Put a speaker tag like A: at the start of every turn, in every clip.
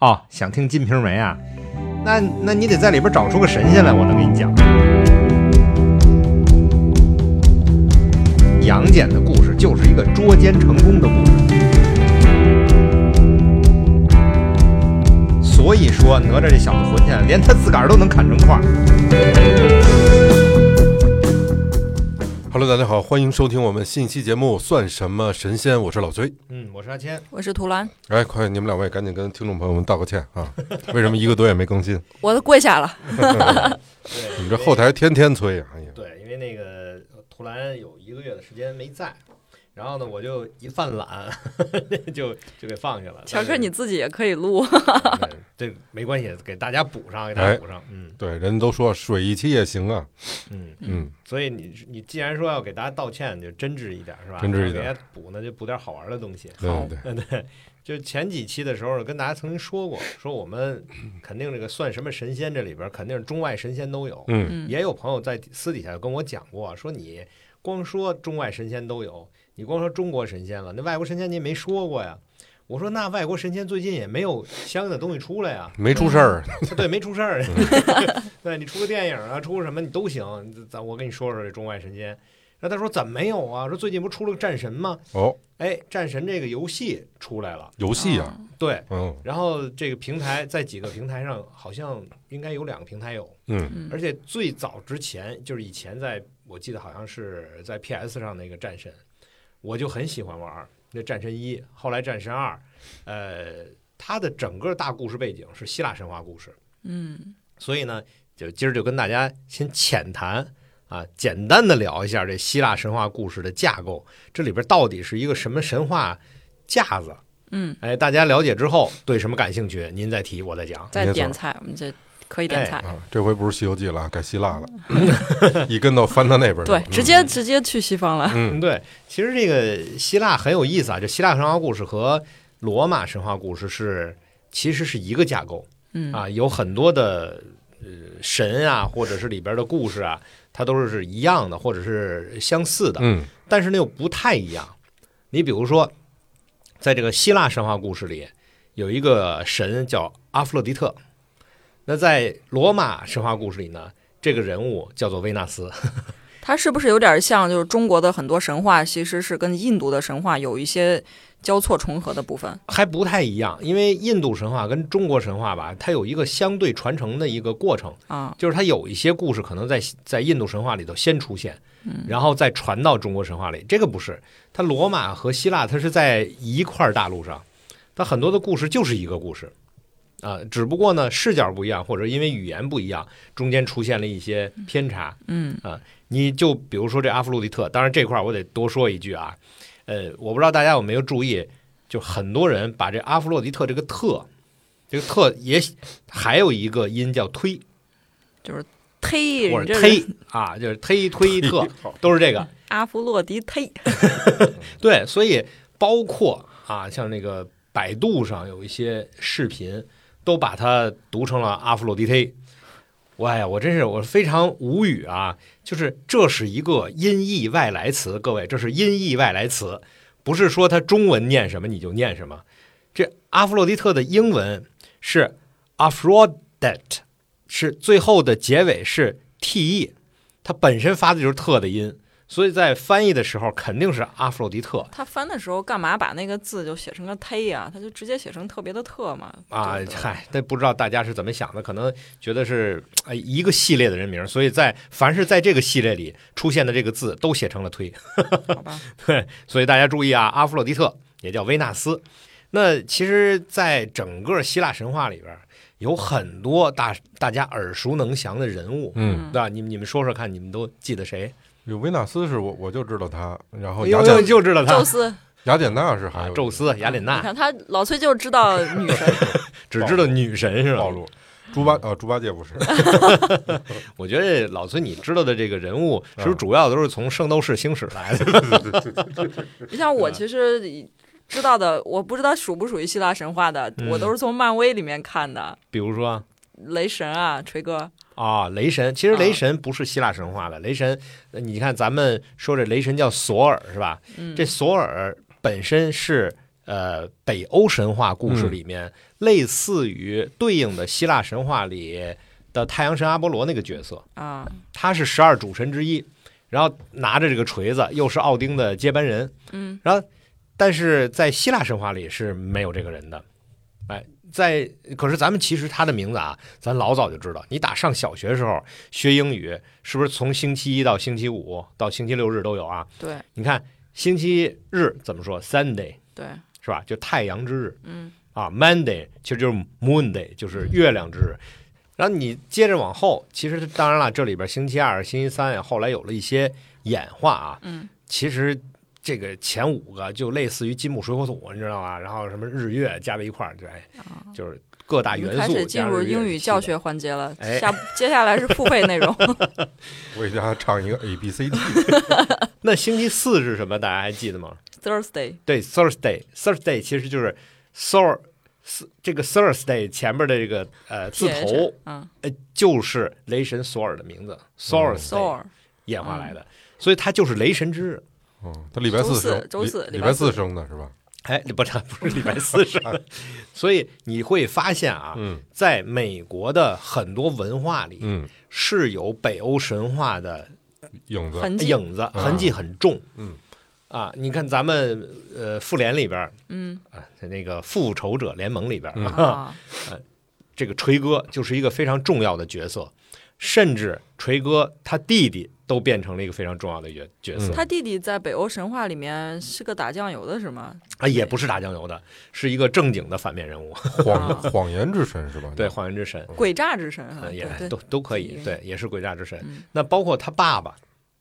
A: 哦，想听《金瓶梅》啊？那那你得在里边找出个神仙来，我能给你讲。杨戬的故事就是一个捉奸成功的故事，所以说哪吒这小子混起来，连他自个儿都能砍成块儿。
B: Hello，大家好，欢迎收听我们新一期节目《算什么神仙》，我是老崔。
A: 嗯，我是阿谦，
C: 我是图兰，
B: 哎，快，你们两位赶紧跟听众朋友们道个歉啊！为什么一个多月没更新？
C: 我都跪下了。
B: 你们这后台天天催啊！哎呀，
A: 对，因为那个图兰有一个月的时间没在，然后呢，我就一犯懒， 就就给放下了。
C: 小克，你自己也可以录，
A: 对这没关系，给大家补上，给
B: 哎
A: 大家补上。嗯
B: 对，人都说水一期也行啊，
A: 嗯，
B: 嗯，
A: 所以你你既然说要给大家道歉，就真挚一点是吧？
B: 真挚一
A: 然后给
B: 点
A: 大家补呢，就补点好玩的东西。
B: 对
C: 好
B: 对，
A: 嗯，对，就前几期的时候跟大家曾经说过，说我们肯定这个算什么神仙这里边肯定是中外神仙都有。
B: 嗯，，
C: 嗯，
A: 也有朋友在私底下跟我讲过，说你光说中外神仙都有，你光说中国神仙了，那外国神仙您没说过呀？我说那外国神仙最近也没有相应的东西出来呀
B: 没出事儿，
A: 对，没出事儿。 对你出个电影啊，出个什么你都行，咱我跟你说说这中外神仙。那他说怎么没有啊？说最近不出了个战神吗？
B: 哦，
A: 哎，战神这个游戏出来了，
B: 游戏啊，
C: 哦
A: 对。
B: 嗯
A: 然后这个平台在几个平台上，好像应该有两个平台有，
B: 嗯，
C: 嗯，
A: 而且最早之前，就是以前在我记得好像是在 PS 上那个战神，我就很喜欢玩儿那战神一，后来战神二，呃，它的整个大故事背景是希腊神话故事，
C: 嗯，
A: 所以呢，就今儿就跟大家先浅谈啊，简单的聊一下这希腊神话故事的架构，这里边到底是一个什么神话架子？
C: 嗯，
A: 哎，大家了解之后对什么感兴趣，您再提，我再讲。
C: 再
B: 没错
C: 点菜，我们这可以
A: 哎
C: 点菜。
B: 啊，这回不是《西游记》了啊，改希腊了， 一跟头翻到那边去
C: 对
B: 了，，
C: 直接直接去西方了。
B: 嗯，
A: 嗯，对，其实这个希腊很有意思啊，就希腊神话故事和罗马神话故事是其实是一个架构
C: 嗯
A: 啊，有很多的呃神啊，或者是里边的故事啊，它都是是一样的，或者是相似的，
B: 嗯
A: 但是呢又不太一样。你比如说，在这个希腊神话故事里，有一个神叫阿弗洛狄特，那在罗马神话故事里呢，这个人物叫做维纳斯。
C: 它是不是有点像就是中国的很多神话，其实是跟印度的神话有一些交错重合的部分？
A: 还不太一样，因为印度神话跟中国神话吧，它有一个相对传承的一个过程，
C: 啊，
A: 就是它有一些故事可能在在印度神话里头先出现，然后再传到中国神话里。这个不是，它罗马和希腊它是在一块大陆上，它很多的故事就是一个故事。啊，只不过呢，视角不一样，或者因为语言不一样，中间出现了一些偏差。啊
C: 嗯
A: 你就比如说这阿弗洛狄特，当然这块儿我得多说一句啊，呃，我不知道大家有没有注意，就很多人把这阿弗洛狄特这个特，这个特也还有一个音叫推
C: 忒，
A: 或
C: 你
A: 者
C: 这
A: 忒
C: 是
A: 啊，就是忒推特都是这个，
C: 阿弗洛狄忒，
A: 对，所以包括啊，像那个百度上有一些视频，都把它读成了阿弗洛狄忒。我哎呀，我真是我非常无语啊！就是这是一个音译外来词，各位，这是音译外来词，不是说它中文念什么你就念什么。这阿弗洛狄特的英文是 Aphrodite，是最后的结尾是 te，它本身发的就是特的音，所以在翻译的时候肯定是阿弗洛狄特。
C: 他翻的时候干嘛把那个字就写成个忒呀？他就直接写成特别的特嘛。
A: 啊
C: 对 不，对
A: 嗨，但不知道大家是怎么想的，可能觉得是哎一个系列的人名，所以在凡是在这个系列里出现的这个字都写成了推，
C: 好吧，
A: 对，所以大家注意啊，阿弗洛狄特也叫维纳斯。那其实，在整个希腊神话里边，有很多大大家耳熟能详的人物，
B: 嗯，
A: 对吧？你们你们说说看，你们都记得谁？
B: 有维纳斯是我我就知道他，然
C: 哦
B: 后雅
A: 哎呦呦，
B: 典
A: 就知道
C: 宙
A: 他
C: 斯，
B: 雅典娜是还
A: 啊
B: 有，
A: 宙斯、雅典
C: 你
A: 娜，
C: 看他老崔就知道女神，
A: 只知道女神是吧
C: 哦
B: 暴？露，猪八啊猪八戒不是，
A: 我觉得老崔，你知道的这个人物，是不是主要都是从《圣斗士星矢》来的？
C: 就像
A: 嗯
C: 我其实知道的，我不知道属不属于希腊神话的，我
A: 嗯
C: 都是从漫威里面看的。
A: 比如说，
C: 雷神啊，锤哥，
A: 啊、雷神其实雷
C: 啊
A: 神不是希腊神话的，雷神，呃你看咱们说这雷神叫索尔是吧？
C: 嗯
A: 这索尔本身是呃北欧神话故事里面，类似于对应的希腊神话里的太阳神阿波罗那个角色，
C: 啊，
A: 他是十二主神之一，然后拿着这个锤子，又是奥丁的接班人，
C: 嗯
A: 然后但是在希腊神话里是没有这个人的，哎。在，可是咱们其实他的名字啊，咱老早就知道。你打上小学时候学英语，是不是从星期一到星期五到星期六日都有啊？
C: 对
A: 你看星期日怎么说？Sunday
C: 对，
A: 是吧？就太阳之日
C: 嗯
A: 啊，Monday 其实就是 Moon Day，就是月亮之日。然后你接着往后，其实当然了，这里边星期二、星期三呀，后来有了一些演化啊。
C: 嗯
A: 其实这个前五个就类似于金木水火土，你知道吗？然后什么日月加在一块儿，对，
C: 啊，
A: 就是各大
C: 我
A: 元
C: 们
A: 素。
C: 开始进入英语教。学环节了，
A: 哎
C: 下接下来是付费内容。
B: 我给大家唱一个 A B C D，
A: 嗯那星期四是什么？大家还记得吗？
C: Thursday，
A: 对，Thursday，Thursday 其实就是 Thur，这个 Thursday 前面的这个呃 字
C: 撇
A: 头
C: 着，嗯
A: 呃，就是雷神索尔的名字
B: 嗯
A: Thursday
C: ，Sore，
A: 演化
C: 嗯
A: 来的，所以它就是雷神之日。
B: 嗯，他礼拜四生，
C: 周四周四
B: 礼
C: 礼
B: 拜
C: 拜四
B: 四生的是吧？
A: 哎，不是不是礼拜四是吧， 所以你会发现啊，
B: 嗯
A: 在美国的很多文化里
B: 嗯，
A: 是有北欧神话的
B: 影子，
C: 痕迹，
A: 影子，痕迹很重。
B: 嗯
A: 啊，你看咱们呃复联里边儿
C: 嗯
A: 啊，在那个复仇者联盟里边儿，
B: 嗯
C: 啊，
A: 这个锤哥就是一个非常重要的角色，甚至锤哥他弟弟都变成了一个非常重要的角角色。
B: 嗯
C: 他弟弟在北欧神话里面是个打酱油的，是吗？
A: 啊，也不是打酱油的，是一个正经的反面人物，
C: 嗯
B: 谎
C: 啊
B: 谎言之神是吧？
A: 对，谎言之神，
C: 鬼诈之神啊，
A: 呃也
C: 对
A: 都
C: 对，
A: 都可以
C: 对，
A: 对，也是鬼诈之神。
C: 嗯
A: 那包括他爸爸，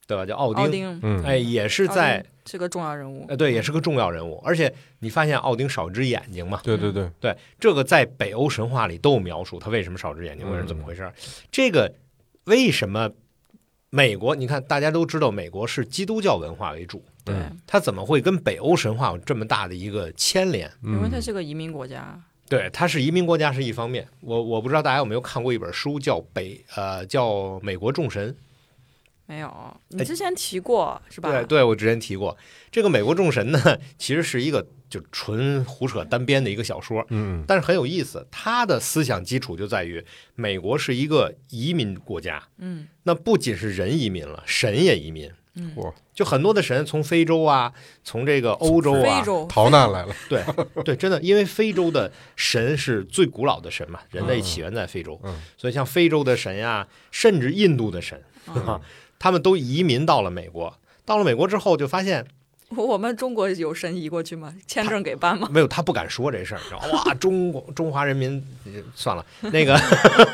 A: 对吧？叫奥丁，
C: 奥丁
B: 嗯，
A: 哎，也是
C: 奥
A: 在
C: 丁是个重要人物
A: 呃，，对，也是个重要人物。而且你发现奥丁少只眼睛嘛，
B: 对对对，
A: 对，这个在北欧神话里都有描述，他为什么少只眼睛，
B: 嗯
A: 或者怎么回事儿？这个为什么美国？你看，大家都知道美国是基督教文化为主，
C: 对，
B: 嗯
A: 它怎么会跟北欧神话有这么大的一个牵连？
C: 因为他
B: 嗯
C: 是个移民国家，
A: 对，它是移民国家是一方面。我我不知道大家有没有看过一本书叫《北》，呃，叫《美国众神》。
C: 没有，你之前提过是吧？
A: 哎对，对我之前提过，这个《美国众神》呢，其实是一个就纯胡扯单编的一个小说，
B: 嗯
A: 但是很有意思。它的思想基础就在于美国是一个移民国家，
C: 嗯
A: 那不仅是人移民了，神也移民。
C: 嗯，
B: 哇
A: 就很多的神从非洲啊，从这个欧洲啊
C: 非，洲
B: 逃难来了，
A: 对 对，真的，因为非洲的神是最古老的神嘛，人类起源在非洲，
B: 嗯
A: 所以像非洲的神呀、甚至印度的神，
C: 啊，
A: 他们都移民到了美国。到了美国之后，就发现
C: 我们中国有神移过去吗？签证给办吗？
A: 没有他不敢说这事儿，然后哇，中国中华人民呃算了那个，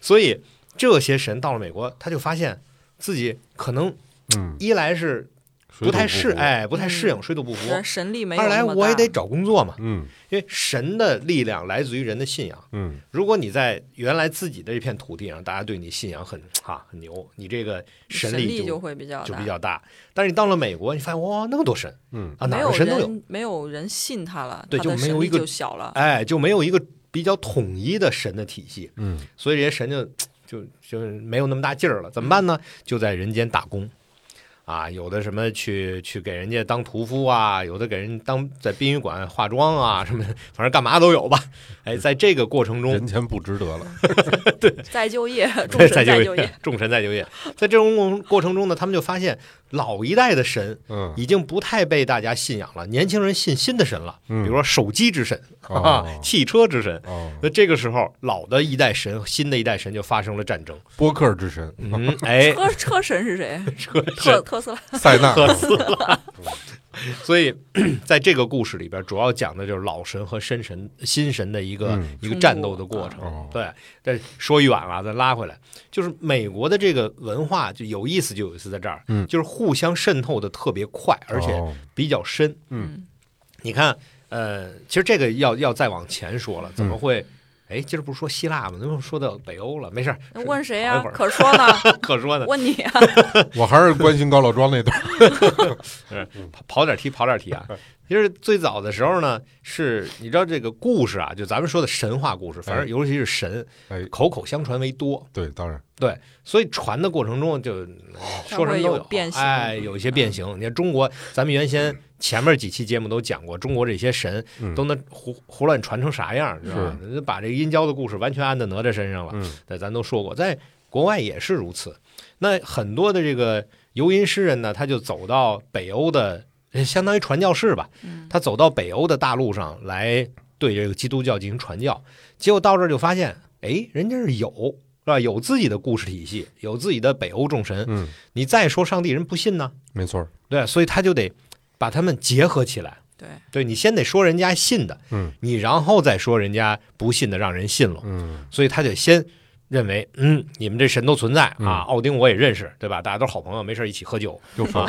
A: 所以这些神到了美国，他就发现自己可能
B: 嗯，
A: 一来是
B: 水
A: 不
B: 土
A: 太
B: 不
A: 适，
B: 服，
A: 哎，不太适应，水土不服。
C: 是神力没有
A: 二来
C: 那么大
A: 我也得找工作嘛，
B: 嗯
A: 因为神的力量来自于人的信仰。
B: 嗯
A: 如果你在原来自己的这片土地上，大家对你信仰很哈很牛，你这个神
C: 神
A: 力
C: 就
A: 就
C: 会比较
A: 就
C: 大
A: 比较大。但是你到了美国，你发现哇那么多神
B: 嗯
A: 啊，哪
C: 没
A: 儿的神都有，
C: 人没有人信他了，
A: 对
C: 他
A: 就
C: 的
A: 没有
C: 神力
A: 一个
C: 就小了。
A: 哎，就没有一个比较统一的神的体系，
B: 嗯
A: 所以这些神就就就没有那么大劲儿了。怎么办呢？就在人间打工。啊，有的什么去去给人家当屠夫啊，有的给人当在殡仪馆化妆啊，什么的反正干嘛都有吧。哎，在这个过程中，
B: 人前不值得了，
C: 再 就业，众
A: 对，
C: 神再
A: 就业，众神再就业。在这种过过程中呢，他们就发现老一代的神
B: 嗯
A: 已经不太被大家信仰了，年轻人信新的神了，比
B: 嗯，
A: 如说手机之神、
B: 哦
A: 啊、汽车之 神。
B: 哦，
A: 那这个时候，老的一代神、新的一代神就发生了战争。
B: 波克尔之神
A: 嗯， 哎，
C: 车车神是谁？
A: 车
C: 特
A: 神
C: 特斯拉。
B: 塞纳，
A: 喝死了。所以， 在这个故事里边，主要讲的就是老神和新神、新神的一个、
B: 嗯
A: 一个战斗的过程。
B: 哦
A: 对，这说远了，咱拉回来，就是美国的这个文化就有意思，就有意思在这儿，
B: 嗯
A: 就是互相渗透的特别快， 而且
B: 哦
A: 比较深。
B: 嗯
A: 你看，呃，其实这个要要再往前说了，
B: 嗯
A: 怎么会？哎，今儿不是说希腊吗？怎么说到北欧了？没事儿，
C: 嗯，问谁
A: 好一
C: 呀
A: 会？儿
C: 可说 呢，
A: 可说呢，
C: 问你啊。
B: 我还是关心高老庄那段，
A: 跑跑点题，跑点题 啊。其实最早的时候呢，是你知道这个故事啊，就咱们说的神话故事，反正
B: 哎
A: 尤其是神，
B: 哎，
A: 口口相传为多。
B: 对，当然，
A: 所以传的过程中就说什么都
C: 哦它会有变形
A: 哎，有一些变形。你看中国，咱们原先前面几期节目都讲过，中国这些神
B: 嗯
A: 都能胡胡乱传成啥样，你知道吧？人家把这个殷郊的故事完全安到哪吒身上了。
B: 嗯
A: 那咱都说过，在国外也是如此。那很多的这个游吟诗人呢，他就走到北欧的，呃相当于传教士吧，
C: 嗯
A: 他走到北欧的大陆上来对这个基督教进行传教，结果到这儿就发现，哎，人家是有是吧？有自己的故事体系，有自己的北欧众神。
B: 嗯，
A: 你再说上帝，人不信呢，
B: 没错儿，
A: 对，所以他就得把他们结合起来。
C: 对，
A: 对你先得说人家信的，
B: 嗯，
A: 你然后再说人家不信的，让人信了。
B: 嗯
A: 所以他得先认为，嗯，你们这神都存在
B: 嗯
A: 啊，奥丁我也认识，对吧？大家都是好朋友，没事儿一起喝酒，
B: 又说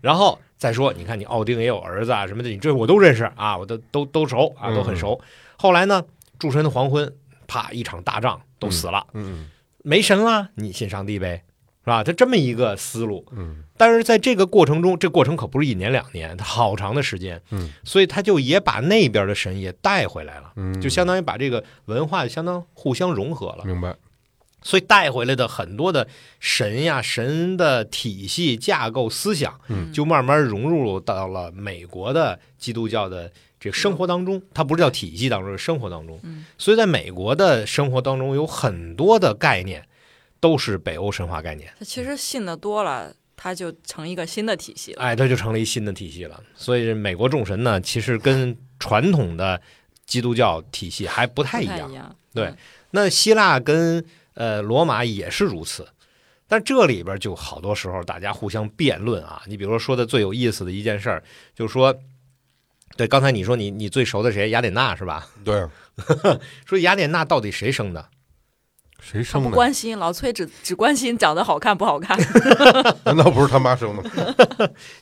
A: 然后再说，你看你奥丁也有儿子啊什么的，你这我都认识啊，我都都都熟啊，都很
B: 嗯
A: 熟。后来呢，诸神的黄昏，啪一场大仗都死了，
B: 嗯
A: 没神了，你信上帝呗，是吧？他这么一个思路，
B: 嗯
A: 但是在这个过程中，这过程可不是一年两年，它好长的时间，
B: 嗯，
A: 所以他就也把那边的神也带回来了，
B: 嗯，
A: 就相当于把这个文化相当互相融合了。
B: 明白，
A: 所以带回来的很多的神呀、神的体系架构思想，
B: 嗯
A: 就慢慢融入到了美国的基督教的这个生活当
B: 嗯
A: 中。它不是叫体系当中，是生活当中。
C: 嗯
A: 所以在美国的生活当中，有很多的概念都是北欧神话概念。
C: 他其实信的多了，他就成一个新的体系了。
A: 哎，它就成了一新的体系了。所以美国众神呢，其实跟传统的基督教体系还不太
C: 不
A: 一
C: 太
A: 样
C: 一。样，嗯
A: 对，那希腊跟呃罗马也是如此，但这里边就好多时候大家互相辩论啊。你比如说说的最有意思的一件事儿，就是说，对，刚才你说你你最熟的谁？雅典娜是吧？
B: 对啊，
A: 说雅典娜到底谁生的？
B: 谁
C: 他
B: 生
C: 不
B: 的？
C: 关心，老崔只只关心长得好看不好看。
B: 难道不是他妈生的吗？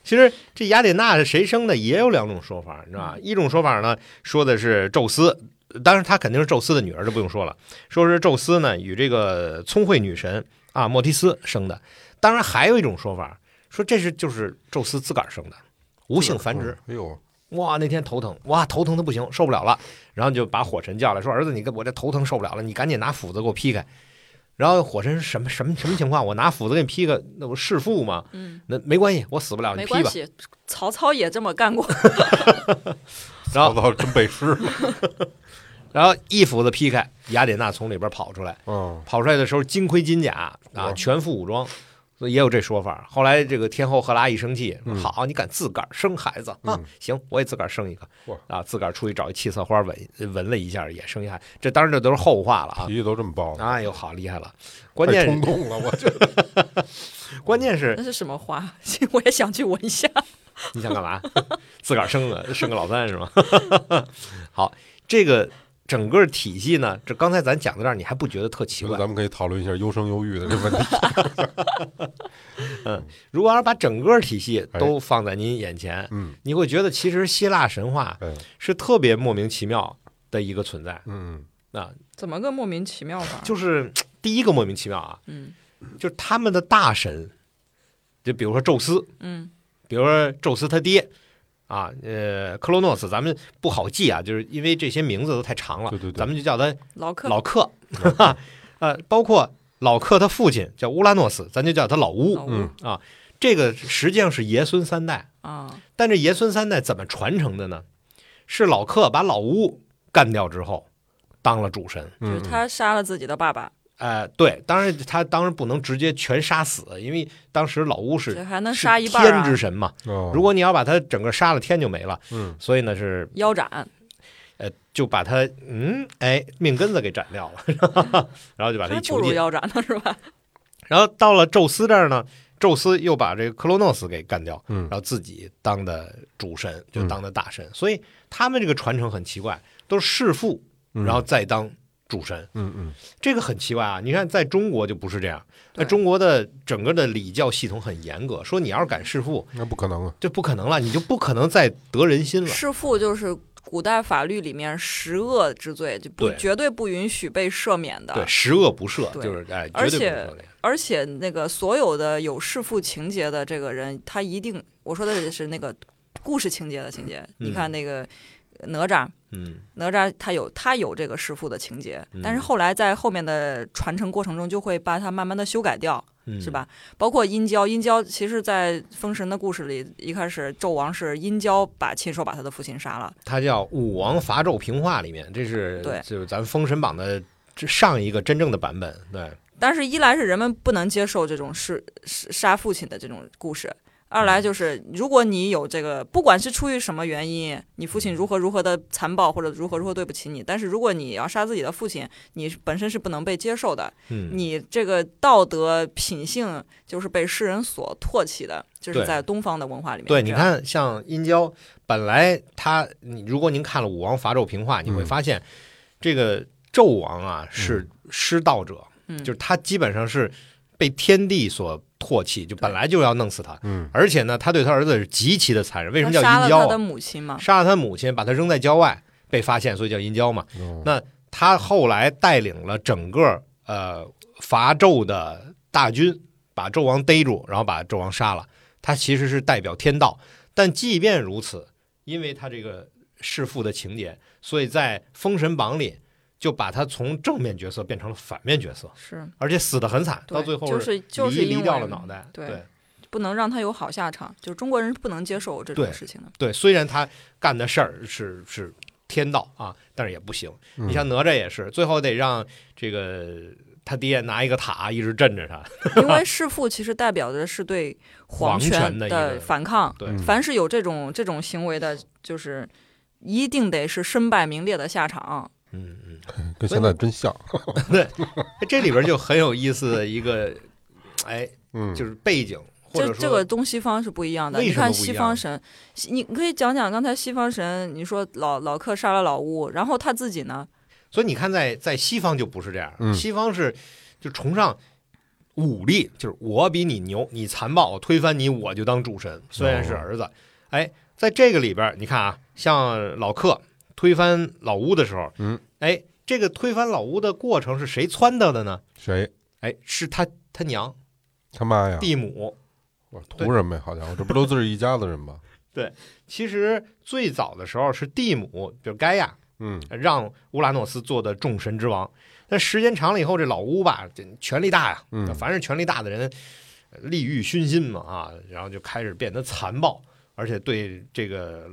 A: 其实这雅典娜是谁生的也有两种说法，你知道
C: 嗯
A: 吧？一种说法呢说的是宙斯，当然他肯定是宙斯的女儿，这不用说了。说是宙斯呢与这个聪慧女神啊莫提斯生的。当然还有一种说法说这是就是宙斯自个儿生的，无性繁殖。
B: 嗯。哎呦，
A: 哇，那天头疼，哇，头疼的不行，受不了了，然后就把火神叫来，说儿子，你跟我这头疼受不了了，你赶紧拿斧子给我劈开。然后火神是什么什么什么情况？我拿斧子给你劈个，那不弑父吗？
C: 嗯，
A: 那没关系，我死不了，你
C: 没
A: 劈
C: 关
A: 吧。
C: 系，曹操也这么干过。
A: 然后
B: 我操，真背诗了。
A: 然后一斧子劈开，雅典娜从里边跑出来，
B: 嗯，
A: 跑出来的时候金盔金甲啊，
B: 哇
A: 全副武装，所以也有这说法。后来这个天后赫拉一生气，
B: 嗯
A: 好，你敢自个儿生孩子啊
B: 嗯？
A: 行，我也自个儿生一个
B: 哇
A: 啊，自个儿出去找一七色花闻闻了一下，也生一孩。这当然这都是后话了啊
B: 脾。气都这么爆了，
A: 哎呦，好厉害了！关
B: 太
A: 键
B: 冲
A: 是
B: 动了，我觉得。
A: 关键是
C: 那是什么花？我也想去闻一下。
A: 你想干 嘛？自个儿生个生个老三是吗？ 好，这个整个体系呢，这刚才咱讲到这儿，你还不觉得特奇
B: 觉
A: 怪
B: 得？咱们可以讨论一下优生优育的这问题。
A: 如果要是把整个体系
B: 哎
A: 都放在您眼前，
B: 嗯
A: 你会觉得其实希腊神话
B: 哎，
A: 是特别莫名其妙的一个存在
B: 嗯，
A: 啊，
C: 怎么个莫名其妙法？
A: 就是嘖第一个莫名其妙啊，
C: 嗯
A: 就是他们的大神，就比如说宙斯，
C: 嗯
A: 比如说宙斯他爹。啊，呃，克洛诺斯，咱们不好记啊，就是因为这些名字都太长了，
B: 对对对
A: 咱们就叫他
C: 老客
A: 老克， 呃，包括老克他父亲叫乌拉诺斯，咱就叫他老乌。
C: 老吴
B: 嗯
A: 这个实际上是爷孙三代，
C: 啊，
A: 但这爷孙三代怎么传承的呢？是老克把老乌干掉之后，当了主神。
B: 嗯
C: 就是他杀了自己的爸爸，
A: 呃，对，当然他当然不能直接全杀死，因为当时老乌是
C: 这还能
A: 是
C: 杀一半
A: 天
C: 啊
A: 之？神嘛。如
B: 如
A: 果你要把他整个杀了，天就没了。
B: 哦嗯
A: 所以呢是
C: 腰斩，
A: 呃就把他嗯哎命根子给斩掉了， 然后就把他一
C: 还不
A: 囚
C: 如
A: 禁。
C: 腰斩呢，是吧？
A: 然后到了宙斯这儿呢，宙斯又把这个克洛诺斯给干掉。
B: 嗯
A: 然，后自己当的主神，就当的大神。所以他们这个传承很奇怪，都是弑父，
B: 嗯
A: 然后再当主神，
B: 嗯嗯
A: 这个很奇怪啊。你看，在中国就不是这样，那
C: 对
A: 中国的整个的礼教系统很严格，说你要是敢弑父，
B: 那不可能啊。
A: 这不可能了，你就不可能再得人心了。
C: 弑父就是古代法律里面十恶之罪，就不
A: 对
C: 绝对不允许被赦免的。
A: 对，十恶不赦，
C: 对
A: 就是哎，
C: 而
A: 绝对不
C: 且
A: 能这样
C: 而且那个所有的有弑父情节的这个人，他一定，我说的是那个故事情节的情节。你看那个哪吒，
A: 嗯
C: 哪吒他有他有这个弑父的情节
A: 嗯，
C: 但是后来在后面的传承过程中，就会把它慢慢的修改掉，
A: 嗯，
C: 是？吧？包括殷郊，殷郊其实，在封神的故事里，一开始纣王是殷郊把亲手把他的父亲杀了，
A: 它叫《武王伐纣平话》里面，这是
C: 对
A: 就是咱《封神榜》的这上一个真正的版本。对，
C: 但是一来是人们不能接受这种是是杀父亲的这种故事，二
A: 嗯
C: 来就是如果你有这个，不管是出于什么原因，你父亲如何如何的残暴或者如何如何对不起你，但是如果你要杀自己的父亲，你本身是不能被接受的，
A: 嗯，
C: 你这个道德品性就是被世人所唾弃的，这是
A: 对
C: 在东方的文化里面。
A: 对，你，看，像殷郊，本来他，你如果您看了《武王伐纣平话》，你会
B: 嗯
A: 发现这个纣王啊是失道者，
C: 嗯，
A: 就是他基本上是被天地所唾弃，就本来就要弄死他，
B: 嗯，
A: 而且呢，他对他儿子是极其的残忍。为什么叫
C: 他杀了
A: 殷
C: 他
A: 郊
C: 的
A: 啊？
C: 母亲嘛？
A: 杀了他母亲，把他扔在郊外，被发现，所以叫殷郊嘛。
B: 哦
A: 那他后来带领了整个呃伐纣的大军，把纣王逮住，然后把纣王杀了。他其实是代表天道，但即便如此，因为他这个弑父的情节，所以在《封神榜》里就把他从正面角色变成了反面角色，
C: 是，
A: 而且死得很惨，
C: 对
A: 到最后
C: 就是就是
A: 离
C: 因
A: 离
C: 为
A: 掉了脑袋。
C: 对
A: 对
C: 不能让他有好下场，就是中国人是不能接受这
A: 对
C: 种事情的。
A: 对，虽然他干的事儿是是天道啊，但是也不行。
B: 嗯
A: 你像哪吒也是，最后得让这个他爹拿一个塔一直镇着他。
C: 因为弑父其实代表的是对皇
A: 皇权
C: 权
A: 的一个
C: 的反抗，
A: 对，
B: 嗯
C: 凡是有这种这种行为的，就是一定得是身败名裂的下场。
A: 嗯嗯，
B: 跟现在真像，啊
A: 哎这里边就很有意思的一个，哎，
B: 嗯，
A: 就是背景或
C: 这
A: 者说
C: 这个东西方是不一样的。
A: 为
C: 你
A: 什么
C: 看
A: 不一样
C: 西方神，西你可以讲讲刚才西方神，你说老老克杀了老乌，然后他自己呢？
A: 所以你看在，在西方就不是这样，
B: 嗯
A: 西方是就崇尚武力，就是我比你牛，你残暴，我推翻你，我就当主神，虽然是
B: 哦
A: 儿子。哎，在这个里边儿，你看啊，像老克推翻老乌的时候，
B: 嗯，
A: 哎，这个推翻老乌的过程是谁撺掇的呢？
B: 谁
A: 哎，是他他娘
B: 他妈呀？
A: 地母。
B: 我图什么呀？好家伙，这不都是一家子人吗？
A: 其实最早的时候是地母，就是盖亚，
B: 嗯，
A: 让乌拉诺斯做的众神之王。但时间长了以后，这老乌吧，这权力大呀、
B: 嗯
A: 凡是权力大的人，呃利欲熏心嘛啊，然后就开始变得残暴，而且对这个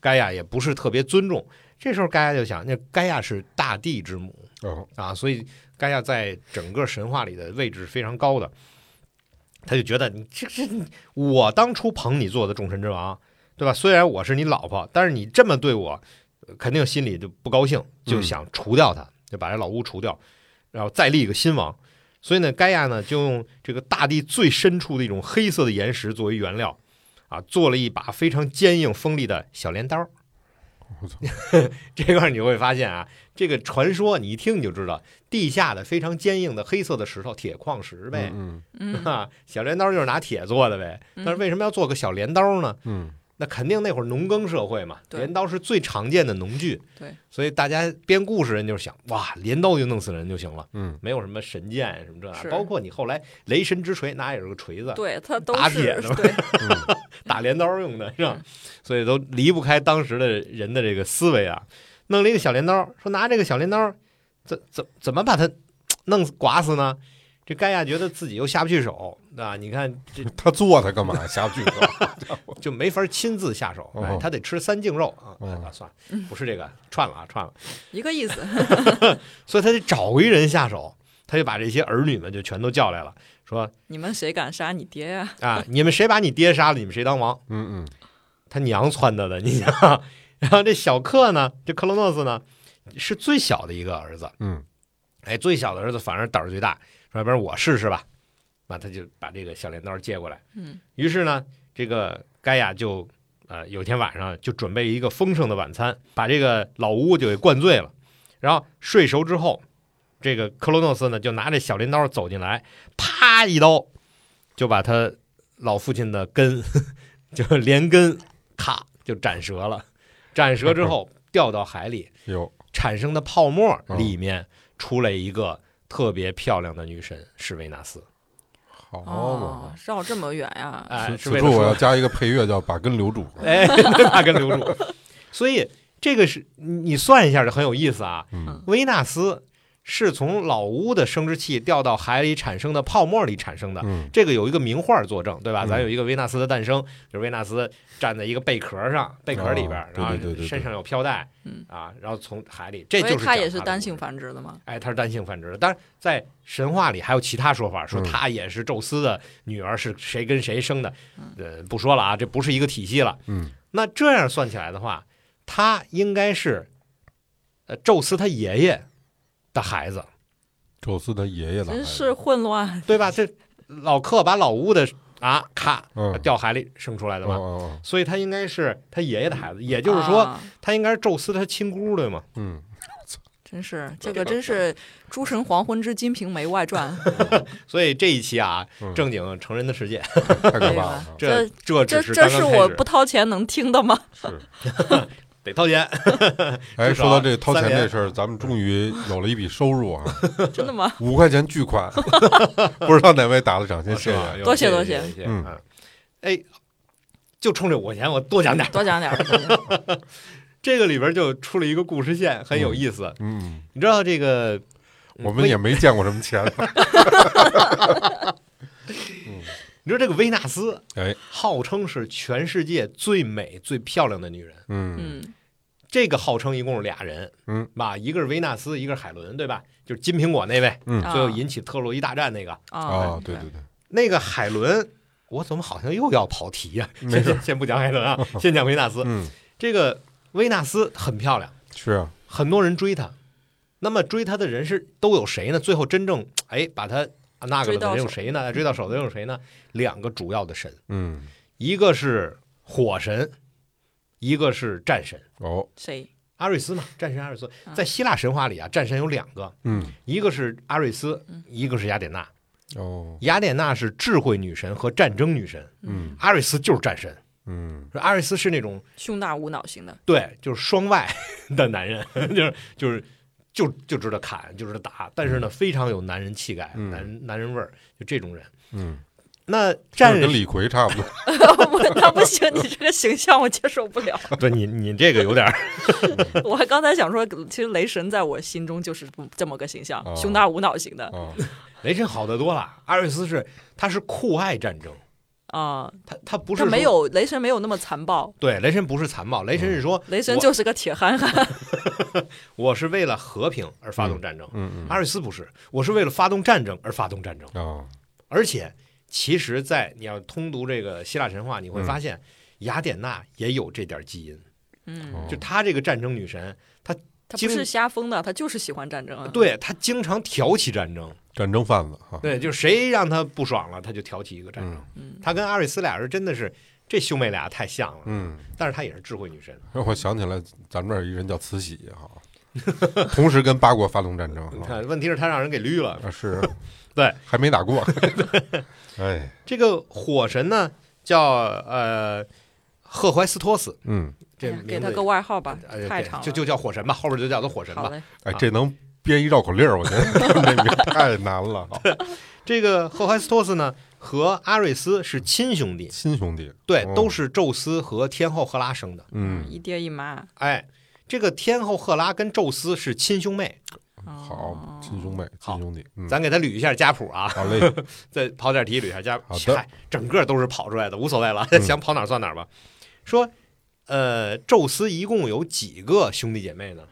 A: 盖亚也不是特别尊重。这时候盖亚就想，那盖亚是大地之母
B: 哦，
A: 啊，所以盖亚在整个神话里的位置是非常高的。他就觉得你这这，你我当初捧你做的众神之王，对吧？虽然我是你老婆，但是你这么对我，呃肯定心里就不高兴，就想除掉他，就把这老乌除掉，然后再立一个新王。所以呢，盖亚呢就用这个大地最深处的一种黑色的岩石作为原料，啊，做了一把非常坚硬锋利的小镰刀
B: 我操。
A: 这块儿你会发现啊，这个传说你一听你就知道，地下的非常坚硬的黑色的石头，铁矿石呗。
B: 嗯
C: 嗯，
A: 啊，小镰刀就是拿铁做的呗。但是为什么要做个小镰刀呢？
B: 嗯
A: 那肯定那会儿农耕社会嘛，
C: 对
A: 镰刀是最常见的农具。
C: 对，
A: 所以大家编故事人就是想，哇，镰刀就弄死人就行了，
B: 嗯
A: 没有什么神剑什么这那。
C: 是
A: 包括你后来雷神之锤，那也是个锤子，
C: 对他都
A: 打铁
C: 是
A: 的嘛
C: 对
B: 嗯
A: 打镰刀用的是吧？所以都离不开当时的人的这个思维啊。弄了一个小镰刀，说拿这个小镰刀，怎怎怎么把它弄死刮死呢？这盖亚觉得自己又下不去手啊！你看这
B: 嗯，他做他干嘛呀？瞎锯他？
A: 就没法亲自下手，哎
B: 哦，
A: 他得吃三净肉啊！
B: 哦
A: 啊，算了，不是这个，串了啊，串了，
C: 一个意思。
A: 所以他得找一人下手，他就把这些儿女们就全都叫来了，说
C: 你们谁敢杀你爹呀、
A: 啊，你们谁把你爹杀了，你们谁当王。
B: 嗯嗯
A: 他娘撺掇的，你想， 然后这小克呢，这克罗诺斯呢，是最小的一个儿子，
B: 嗯，
A: 哎，最小的儿子反而胆儿最大，说要不然我试试吧，那他就把这个小镰刀借过来。
C: 嗯，
A: 于是呢，这个盖亚就呃有天晚上就准备一个丰盛的晚餐，把这个老乌就给灌醉了。然后睡熟之后，这个克罗诺斯呢就拿着小镰刀走进来，啪一刀就把他老父亲的根 就连根咔就斩折了。斩折之后掉到海里，
B: 有
A: 产生的泡沫里面出来一个特别漂亮的女神，是维纳斯。
B: 好
C: 哦
B: 嘛？，
C: 绕这么远呀、
A: 哎，
B: 此
A: 是
B: 此
A: 为
B: 处
A: 了
B: 我要
A: 说，
B: 加一个配乐，叫《把根留住》。
A: 哎，大跟留住。所以这个是你你算一下就很有意思啊。
B: 嗯
A: 维纳斯是从老乌的生殖器掉到海里产生的泡沫里产生的，
B: 嗯
A: 这个有一个名画作证，对吧？
B: 嗯
A: 咱有一个维纳斯的诞生，就是维纳斯站在一个贝壳上，贝壳里边，
B: 哦对
A: 然后
B: 对对对对
A: 身上有飘带，
C: 嗯
A: 啊，然后从海里，这
C: 所以
A: 就是
C: 它
A: 讲
C: 也是
A: 的
C: 单
A: 故事
C: 性繁殖的嘛。
A: 哎，她是单性繁殖的。当然，在神话里还有其他说法，说
B: 嗯
A: 她也是宙斯的女儿，是谁跟谁生的
C: 嗯。
A: 呃，不说了啊，这不是一个体系了。
B: 嗯
A: 那这样算起来的话，她应该是呃宙斯他爷爷的孩子，
B: 宙斯他爷爷的孩
C: 真
B: 子
C: 是混乱，
A: 对吧？这老克把老乌的啊咔
B: 嗯
A: 掉海里生出来的
B: 哦
A: 嘛，
B: 哦
A: 所以他应该是他爷爷的孩子，也就是说
C: 啊
A: 他应该是宙斯他亲姑对吗？
B: 哦嗯
C: 真是这个真是诸神黄昏之《金瓶梅 外传》
A: 所以这一期啊
B: 嗯，
A: 正经成人的世界，
B: 太可
C: 对
B: 怕
C: 吧
B: 了，
A: 这这只
C: 这
A: 是
C: 这
A: 刚
C: 是
A: 刚开
C: 我
A: 始
C: 不掏钱能听的吗？
B: 是。
A: 得掏钱。
B: 哎，
A: 至少
B: 说到这个掏钱
A: 三连
B: 这事儿，咱们终于有了一笔收入啊，
C: 真的吗？
B: 五块钱巨款， 不知道哪位打的赏，先
A: 啊
B: 谢
A: 是吧
B: 谢。
A: 有
C: 多谢
A: 谢
C: 多
A: 谢
C: 谢
A: 谢
B: 嗯
A: 嗯，哎，就冲这五块钱，我多讲点儿。
C: 多讲点儿，多讲 点儿
A: 这个里边就出了一个故事线，很有意思。
B: 嗯，
A: 你知道这个，
B: 我们也
A: 维
B: 没见过什么钱。嗯
A: 你知道这个维纳斯
B: 哎，
A: 号称是全世界最美最漂亮的女人，
B: 嗯
C: 嗯，
A: 这个号称一共是俩人，
B: 嗯，
A: 吧，一个是维纳斯，一个是海伦，对吧？就是金苹果那位，
B: 嗯
C: 啊
A: 最后哦引起特洛伊大战那个，
B: 啊
C: 啊，，
B: 对对对，
A: 那个海伦。我怎么好像又要跑题呀、
B: 没
A: 先
B: 事
A: 先先不讲海伦 啊，先讲维纳斯。
B: 嗯，
A: 这个维纳斯很漂亮。
B: 是啊，
A: 很多人追他，那么追他的人是都有谁呢？最后真正哎把他啊那个
C: 追
A: 了的
C: 到
A: 人
C: 手
A: 有谁呢？追到手的人有谁呢？两个主要的神，
B: 嗯，
A: 一个是火神，一个是战神。
B: 哦，
C: 谁？
A: 阿瑞斯嘛，战神阿瑞斯，
C: 嗯
A: 在希腊神话里啊，战神有两个，
B: 嗯，
A: 一个是阿瑞斯
C: 嗯，
A: 一个是雅典娜。
B: 哦，
A: 雅典娜是智慧女神和战争女神，
B: 嗯
A: 阿瑞斯就是战神。
B: 嗯，
A: 说阿瑞斯是那种
C: 胸大无脑型的，
A: 对，就是双外的男人，就是就是就就知道砍，就知道打，但是呢，非常有男人气概，
B: 嗯
A: 男男人味儿，就这种人。
B: 嗯，
A: 那
B: 这
A: 战
B: 跟
A: 士，
B: 李逵差不多。
C: 我那不行，你这个形象我接受不了。
A: 不，你你这个有点儿，
C: 我还刚才想说，其实雷神在我心中就是这么个形象
B: 哦，
C: 胸大无脑型的
B: 啊，
A: 雷神好得多了。阿瑞斯是他是酷爱战争，
C: 啊，
A: 他他不是
C: 他没
A: 说
C: 有雷神没有那么残暴，
A: 对雷神不是残暴，雷
B: 嗯
A: 神是说
C: 雷神就是个铁憨
A: 哦
C: 憨，
A: 我是为了和平而发动战争，
B: 嗯
A: 阿瑞斯不是，我是为了发动战争而发动战争。
B: 嗯，啊，
A: 而且，其实，在你要通读这个希腊神话，你
B: 嗯
A: 会发现雅典娜也有这点基因，
B: 哦
C: 嗯，
A: 就她这个战争女神。
C: 他
A: 经
C: 不是瞎疯的，他就是喜欢战争啊。
A: 对他经常挑起战争，
B: 战争贩子哈，
A: 对，就是谁让他不爽了，他就挑起一个战争。
C: 嗯，
A: 他跟阿瑞斯俩人真的是这兄妹俩太像了，
B: 嗯，
A: 但是他也是智慧女神，
B: 让哎我想起来咱们这儿有一人叫慈禧哈，同时跟八国发动战争
A: 你
B: 哈，
A: 看，问题是他让人给绿了。，
B: 啊是
A: 对，
B: 还没打过， 哎，
A: 这个火神呢，叫呃赫淮斯托斯，
B: 嗯，
A: 这
C: 哎呀给
A: 名
C: 他
A: 字
C: 个外号吧
A: 呃，
C: 太
A: 对
C: 长了，
A: 就就叫火神吧，后边就叫他火神
C: 好
A: 吧。
C: 嘞，
B: 哎，
A: 啊
B: 这能编一绕口令儿，我 觉得这名儿太难了。
A: 这个赫淮斯托斯呢，和阿瑞斯是亲兄弟，
B: 亲兄弟，
A: 对
B: 哦，
A: 都是宙斯和天后赫拉生的。
B: 嗯，
C: 一爹一妈，
A: 哎，这个天后赫拉跟宙斯是亲兄妹，
B: 好
C: 哦，
B: 亲兄妹，亲
A: 嗯好
B: 兄弟，嗯，
A: 咱给他捋一下家谱啊。
B: 好嘞，
A: 再跑点题捋一下家，
B: 好的
A: 嗨，整个都是跑出来的，无所谓了，
B: 嗯
A: 想跑哪儿算哪儿吧。说，呃，宙斯一共有几个兄弟姐妹呢？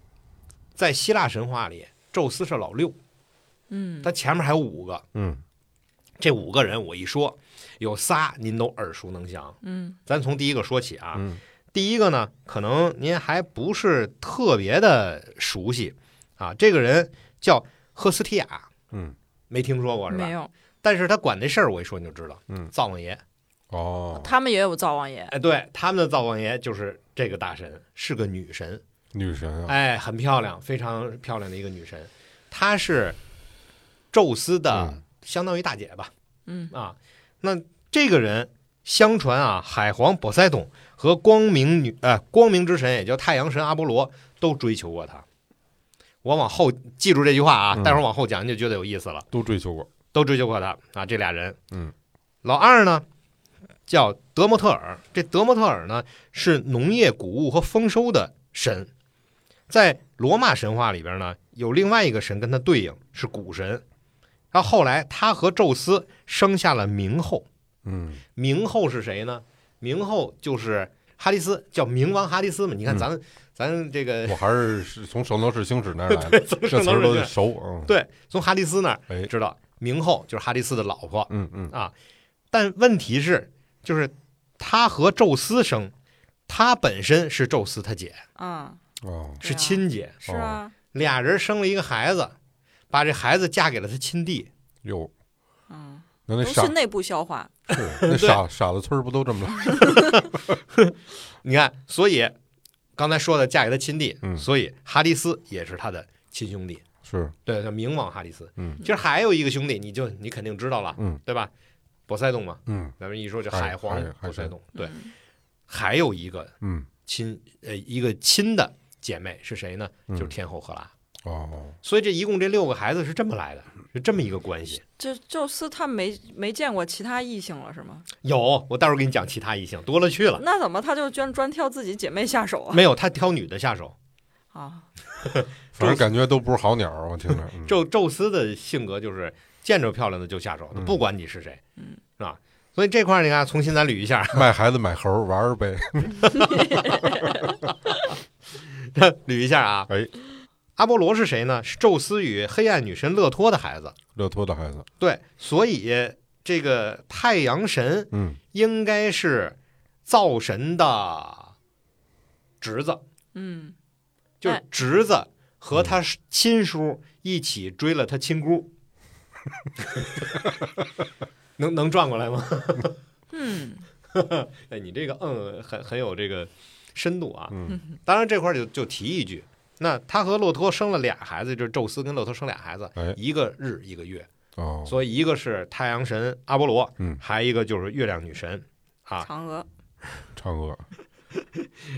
A: 在希腊神话里，宙斯是老六，
C: 嗯，
A: 他前面还有五个。
B: 嗯
A: 这五个人我一说，有仨您都耳熟能详。
C: 嗯，
A: 咱从第一个说起啊，
B: 嗯
A: 第一个呢，可能您还不是特别的熟悉啊，这个人叫赫斯提亚，
B: 嗯，
A: 没听说过是吧
C: 没？有，
A: 但是他管这事儿，我一说你就知道，
B: 嗯
A: 灶王爷。
B: 哦，
C: 他们也有灶王爷，
A: 哎，对，他们的灶王爷就是这个大神，是个女神，
B: 女神啊，
A: 哎，很漂亮，非常漂亮的一个女神，她是宙斯的
B: 嗯
A: 相当于大姐吧，
C: 嗯
A: 啊，那这个人相传啊，海皇波塞冬和光明女呃光明之神，也叫太阳神阿波罗都追求过她。我往后记住这句话啊，
B: 嗯
A: 待会儿往后讲你就觉得有意思了，
B: 都追求过，
A: 都追求过她啊，这俩人，
B: 嗯，
A: 老二呢叫德莫特尔，这德莫特尔呢是农业、谷物和丰收的神，在罗马神话里边呢，有另外一个神跟他对应是古神，然后后来他和宙斯生下了冥后，
B: 嗯
A: 冥后是谁呢？冥后就是哈迪斯，叫冥王哈迪斯嘛。你看
B: 嗯
A: 咱、咱这个
B: 我还是是从圣斗士星矢那 儿来的，
A: 从
B: 这
A: 圣
B: 词
A: 斗
B: 儿
A: 士
B: 都
A: 星矢
B: 得熟。嗯，
A: 对，从哈迪斯那儿
B: 哎，
A: 知道冥后就是哈迪斯的老婆
B: 嗯嗯
A: 啊。但问题是，就是他和宙斯生，他本身是宙斯他姐，
C: 嗯，
B: 哦，
A: 是
C: 对啊
A: 亲姐，
C: 是啊，
A: 俩人生了一个孩子，把这孩子嫁给了他亲弟。
B: 哟，
A: 哦
C: 嗯，
B: 那那
C: 都
B: 傻
C: 是内部消化，
B: 是 那傻傻子村儿不都这么来？
A: 你看，所以刚才说的嫁给他亲弟，
B: 嗯
A: 所以哈迪斯也是他的亲兄弟，
B: 是
A: 对，叫冥王哈迪斯。
B: 嗯
A: 其实还有一个兄弟，你就你肯定知道了，
B: 嗯
A: 对吧？波塞冬嘛，
B: 嗯
A: 咱们一说就
B: 海
A: 海皇
B: 海海
A: 波塞
B: 神
A: 冬。对，
C: 嗯，
A: 还有一个
B: 嗯
A: 亲呃一个亲的姐妹是谁呢？
B: 嗯
A: 就是天后赫拉。
B: 哦，
A: 所以这一共这六个孩子是这么来的，是这么一个关系。
C: 这宙斯他没没见过其他异性了是吗？
A: 有，我待会儿给你讲其他异性，多了去了。
C: 那怎么他就专专挑自己姐妹下手啊？
A: 没有，他挑女的下手。
C: 啊，
B: 反正感觉都不是好鸟儿，我听着。嗯
A: 宙宙斯的性格就是见着漂亮的就下手，
B: 嗯
A: 不管你是谁，
C: 嗯，
A: 是吧？所以这块儿你看，重新咱捋一下，
B: 卖孩子买猴儿玩儿呗，
A: 捋一下啊。
B: 哎，
A: 阿波罗是谁呢？是宙斯与黑暗女神勒托的孩子。
B: 乐托的孩子。
A: 对，所以这个太阳神
B: 嗯
A: 应该是灶神的侄子，
C: 嗯，
A: 就是侄子和他亲叔一起追了他亲姑。 能能转过来吗？
C: 嗯，
A: 哎，你这个嗯，很很有这个深度啊。
B: 嗯
A: 当然这块儿就就提一句，那他和洛托生了俩孩子，就是宙斯跟洛托生俩孩子，
B: 哎
A: 一个日一个月，
B: 哦，
A: 所以一个是太阳神阿波罗，
B: 嗯
A: 还一个就是月亮女神啊，
C: 嫦 娥，
B: 嫦娥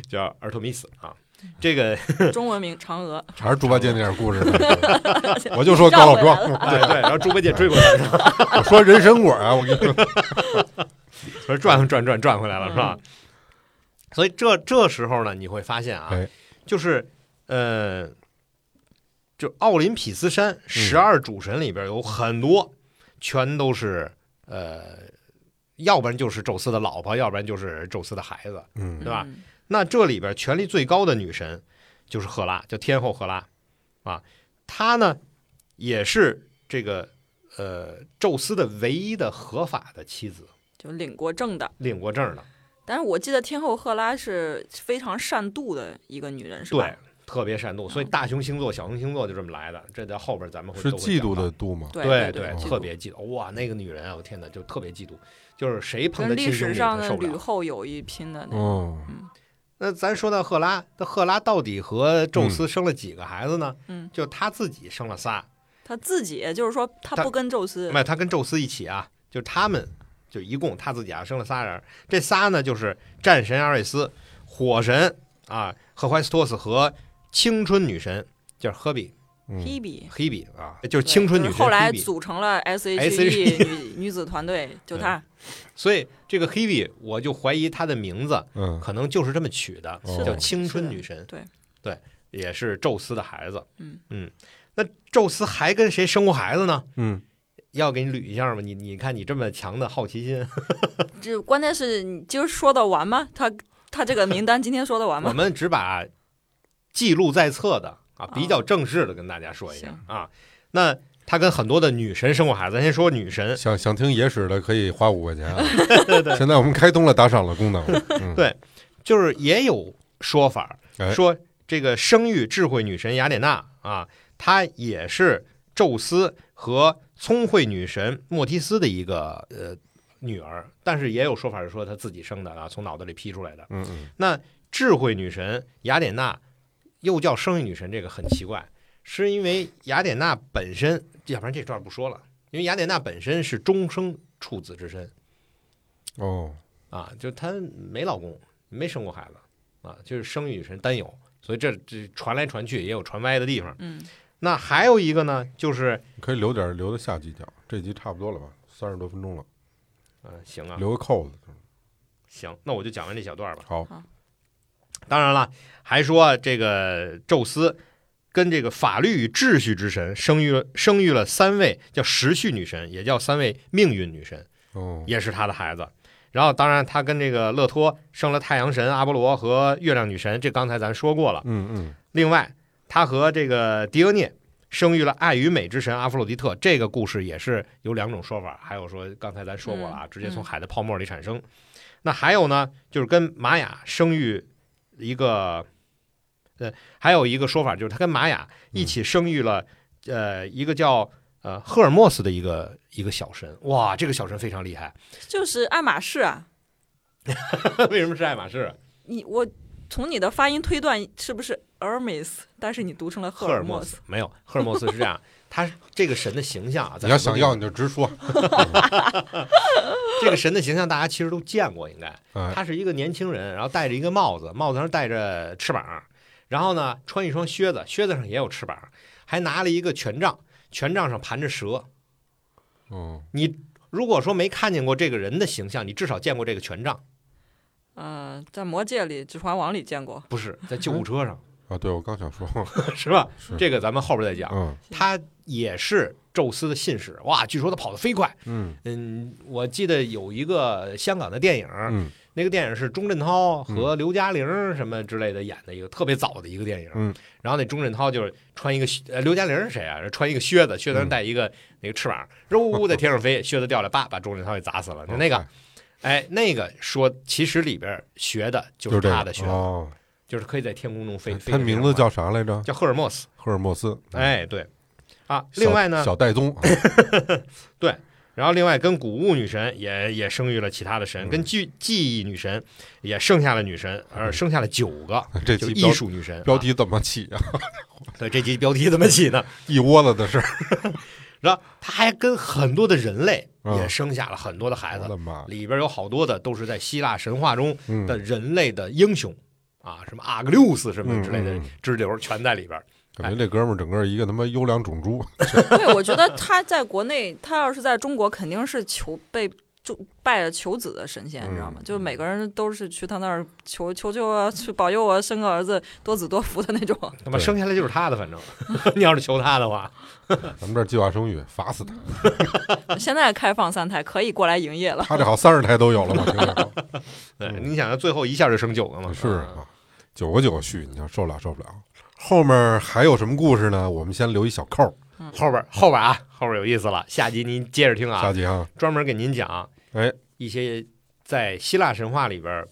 A: 叫尔特弥斯啊。这个
C: 中文名嫦娥，
B: 还是猪八戒那点故事呢。 我就说高老
C: 绕回
B: 庄，
C: 来了
A: 对哎对，然后猪八戒追过来，是吧
B: 我说人参果啊，我跟你说，
A: 说 转转转转回来了是吧？所以这这时候呢，你会发现啊
B: 哎，
A: 就是呃，就奥林匹斯山十二主神里边有很多，全都是呃，要不然就是宙斯的老婆，要不然就是宙斯的孩子。
B: 嗯
A: 对吧
C: 嗯？
A: 那这里边权力最高的女神就是赫拉，叫天后赫拉啊。她呢也是这个呃宙斯的唯一的合法的妻子，
C: 就领过证的。
A: 领过证的，
C: 但是我记得天后赫拉是非常善妒的一个女人，是吧嗯
A: 对？，特别善妒。所以大熊星座、小熊星座就这么来的，这在后边咱们会
B: 是
A: 都会
B: 嫉
A: 讲
B: 妒
A: 到
B: 的妒吗？
A: 对
C: 对
B: 对
C: 嫉妒
A: 特别嫉妒哇！那个女人啊，我天哪，就特别嫉妒，就是谁碰她
C: 跟
A: 亲
C: 历
A: 兄
C: 史
A: 弟，
C: 上
A: 她
C: 的
A: 受不
C: 吕
A: 了。
C: 后有一拼的那种。
B: 嗯，
A: 那咱说到赫拉，那赫拉到底和宙
B: 嗯
A: 斯生了几个孩子呢？
C: 嗯，
A: 就她自己生了仨，
C: 她自己就是说，她
A: 她
C: 不跟宙斯
A: 没，有，她跟宙斯一起啊，就他们就一共她自己啊生了仨人，这仨呢就是战神阿瑞斯、火神啊赫淮斯托斯和青春女神，就是赫比
B: 嗯，
C: p 比，
A: 黑比啊，就是青春女
C: 就
A: 神
C: 是后来
A: Hebe
C: 组成了 SHE
A: SHE
C: 女女子团队，就她
A: 所以这个黑比，我就怀疑她的名字
B: 嗯，
A: 可能就是这么取的，
B: 是的
A: 叫青春女神。
C: 对
A: 对，也是宙斯的孩子。
C: 嗯
A: 那宙斯还跟谁生过孩子呢？
B: 嗯，
A: 要给你捋一下吗？你你看你这么强的好奇心，
C: 这关键是你今儿说得完吗？她她这个名单今天说得 完
A: 我
C: 吗？
A: 们只把记录在册的啊，比较正式的跟大家说一下
C: 哦行
A: 啊。那他跟很多的女神生过孩子，咱先说女神。
B: 想想听野史的可以花五 块钱啊。现在我们开通了打赏了功能，嗯，
A: 对就是也有说法
B: 哎
A: 说，这个生育智慧女神雅典娜啊，她也是宙斯和聪慧女神莫提斯的一个呃女儿，但是也有说法是说她自己生的啊，从脑袋里劈出来的。
B: 嗯嗯，
A: 那智慧女神雅典娜又叫生育女神，这个很奇怪，是因为雅典娜本身，要不然这段不说了，因为雅典娜本身是终生处子之身，
B: 哦，
A: 啊，就她没老公，没生过孩子啊，就是生育女神单有，所以这这传来传去也有传歪的地方。
C: 嗯，
A: 那还有一个呢，就是
B: 可以留点儿留到下集讲，这集差不多了吧？三十多分钟了，
A: 嗯、行啊，
B: 留个扣子。
A: 行，那我就讲完这小段吧。
B: 好，
A: 当然了，还说这个宙斯跟这个法律与秩序之神生育了生育了三位叫时序女神，也叫三位命运女神，
B: 哦，
A: 也是他的孩子。然后，当然，他跟这个勒托生了太阳神阿波罗和月亮女神，这刚才咱说过了。
B: 嗯嗯，
A: 另外，他和这个狄俄涅生育了爱与美之神阿弗洛狄特。这个故事也是有两种说法，还有说刚才咱说过了啊，
C: 嗯
A: 直接从海的泡沫里产生。那还有呢，就是跟玛雅生育一个，呃，还有一个说法就是他跟玛雅一起生育了，呃，一个叫呃赫尔墨斯的一个一个小神。哇，这个小神非常厉害。
C: 就是爱马仕啊。
A: 为什么是爱马仕？
C: 你我从你的发音推断是不是 Hermes，但是你读成了
A: 赫
C: 赫
A: 尔
C: 尔
A: 墨
C: 墨
A: 斯
C: 斯。
A: 没有，赫尔墨斯是这样，他这个神的形象啊，在
B: 你
A: 很多
B: 要想
A: 地方
B: 要你就直说，
A: 这个神的形象大家其实都见过， 应该
B: 哎，
A: 他是一个年轻人，然后戴着一个帽子，帽子上戴着翅膀，然后呢穿一双靴子，靴子上也有翅膀，还拿了一个权杖，权杖上盘着蛇。
B: 哦，
A: 你如果说没看见过这个人的形象，你至少见过这个权杖，
C: 嗯、在《魔戒》里，《指环王》里见过。
A: 不是在救护车 上，
B: 啊，对我刚想说，
A: 是吧？
B: 是
A: 这个咱们后边再讲。
B: 嗯
A: 他也是宙斯的信使，哇，据说他跑得飞快。
B: 嗯
A: 嗯，我记得有一个香港的电影，
B: 嗯
A: 那个电影是钟镇涛和刘嘉玲什么之类的演的一个特别早的一个电影，
B: 嗯
A: 然后那钟镇涛就是穿一个靴呃刘嘉玲是谁啊？穿一个靴子，靴
B: 嗯
A: 子上带一个那个翅膀，肉呜呜在天上飞，靴子掉了，叭把钟镇涛给砸死了。就那个，哎，那个说其实里边学的就
B: 就是这
A: 他
B: 个
A: 的学，
B: 哦，嗯
A: 就是可以在天空中飞。飞得
B: 他
A: 非
B: 名
A: 常
B: 字
A: 快
B: 叫啥来着？
A: 叫赫尔墨斯，
B: 赫尔墨斯，
A: 哎，对啊，
B: 小，
A: 另外呢，
B: 小戴宗， 啊
A: 然后另外跟谷物女神也也生育了其他的神，
B: 嗯
A: 跟记记忆女神也生下了女神，而生下了九个。
B: 这
A: 就
B: 期
A: 是
B: 标
A: 艺术女神
B: 标
A: 啊
B: 题怎么起啊？
A: 对，这集标题怎么起 呢？
B: 一窝子的事儿，
A: 然后他还跟很多的人类
B: 嗯
A: 也生下了很多的孩
B: 我
A: 子，
B: 的妈，
A: 里边有好多的都是在希腊神话中
B: 嗯
A: 的人类的英雄啊，什么阿格琉斯什么之类
B: 嗯
A: 的
B: 嗯嗯
A: 支流全在里边。
B: 感
A: 哎
B: 觉这哥们儿整个一个他妈优良种猪，
C: 对，我觉得他在国内，他要是在中国，肯定是求被就拜了求子的神仙，你知道吗？就是每个人都是去他那儿求求求啊，去保佑我生个儿子，多子多福的那种。
A: 他妈
B: 对
A: 生下来就是他的，反正 你要是求他的话，
B: 咱们这儿计划生育，罚死他！
C: 现在开放三胎，可以过来营业了。
B: 他这好三十台都有了，我 听着
A: 对，你想想最后一下就生九个嘛，
B: 嗯是
A: 啊
B: 啊，九个九个续，你想受不了受不了。后面还有什么故事呢？我们先留一小扣儿，
A: 后边后边啊，后边有意思了，下集您接着听啊
B: 下，集啊，
A: 专门给您讲
B: 哎，
A: 一些在希腊神话里边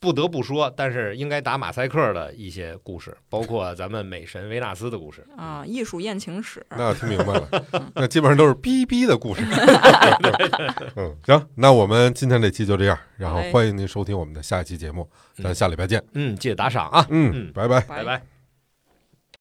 A: 不得不说，但是应该打马赛克的一些故事，包括咱们美神维纳斯的故事。
C: 啊，艺术宴请史，
B: 那听明白了，那基本上都是逼逼的故事。嗯，行，那我们今天这期就这样，然后
C: 好嘞
B: 欢迎您收听我们的下一期节目，咱下礼拜见。
A: 嗯，记得打赏啊，
B: 嗯，拜拜。
A: 拜拜。